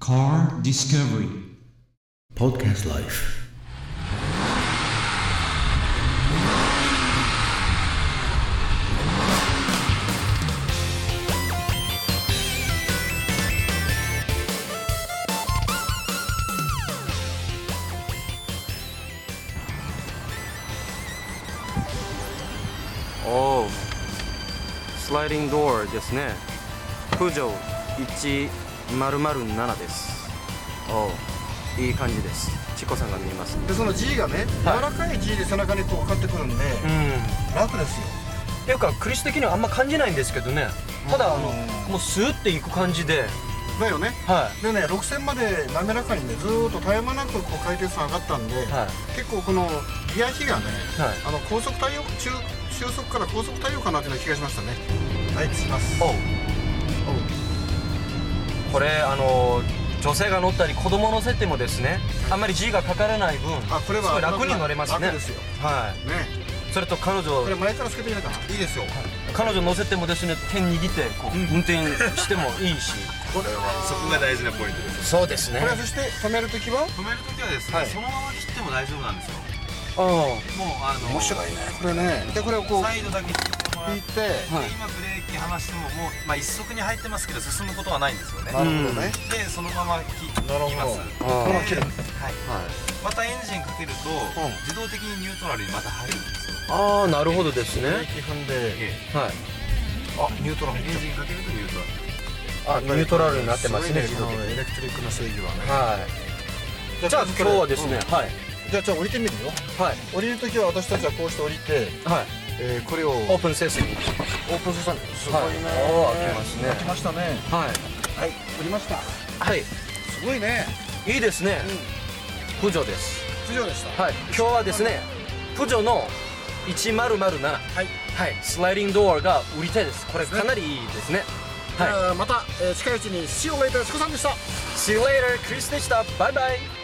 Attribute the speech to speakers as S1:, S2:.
S1: Car Discovery
S2: Podcast Life.
S3: おおスライディングドアですねプジョー1007ですおおいい感じですチコさんが見えます
S4: でその G がね、柔らかい G で背中にこうかかってくるんで、
S5: うん
S4: 楽ですよ
S5: っていうかクリス的にはあんま感じないんですけどねただあの
S4: うん
S5: もうスーっていく感じで
S4: だよね
S5: は
S4: でね6000まで滑らかにねずーっと絶え間なくこう回転数上がったんで、
S5: いはい
S4: 結構このギア比がね、
S5: はい
S4: あの高速対応中中速から高速対応かなっていうような気がしましたねはいします
S5: おうこれあの女性が乗ったり子供乗せてもですねあんまり G がかからない分
S4: あこれは
S5: すごい楽に乗れますね
S4: 楽ですよ
S5: は
S4: ね
S5: いそれと彼
S4: これ
S5: 女
S4: 前からつけてみるかないいですよ、
S5: 彼女乗せてもですね手握ってこう運転してもいいし
S4: これは
S6: そこが大事なポイントです
S5: そうですね
S4: これはそして止めるときは
S6: 止めるときはですね、
S4: はい
S6: そのまま切っても大丈夫なんですよ
S5: うん
S6: もうあの
S4: 面白いねこれねでこれをこう
S6: サイドだけ切ってもらっ
S4: 引い
S6: て、
S4: て、
S5: はい
S6: 今ブレーキ離してももう、まあ、一足に入ってますけど進むことはないんですよね
S4: なるほどね、
S6: でそのまま切り
S4: なるほど
S6: ます
S5: あ
S4: このまま切る
S6: はい、またエンジンかけると、
S4: うん
S6: 自動的にニュートラルにまた入るんですよ、
S5: ああなるほどですね
S4: ブレーキ踏んで
S6: え
S5: はい
S4: あニュートラル
S6: えエンジンかけるとニュートラ
S5: あ
S6: ル
S5: ニュートラルになってますね
S4: すごいねエレクトリックの制御はね
S5: はいじゃあ今日はですね、はい
S4: じゃあじゃあ降りてみるよ
S5: はい
S4: 降りるときは私たちはこうして降りて、
S5: はい
S4: えー、これをオ
S5: オープンセスに
S4: ープンセサミすごい
S5: はい
S4: ね、
S5: おー開きますね
S4: 開きましたね
S5: はい
S4: はい降りました
S5: はい
S4: すごいね
S5: いいですね
S4: うん
S5: プジョです
S4: 以上でした
S5: はい今日はですねプジョの1007はいはいスライディングドアが売りたいですこれかなりいいですね
S4: じ
S5: はい
S4: ゃあまた、えー近いうちに See you later チコさんでした
S5: See you later クリスでしたバイバイ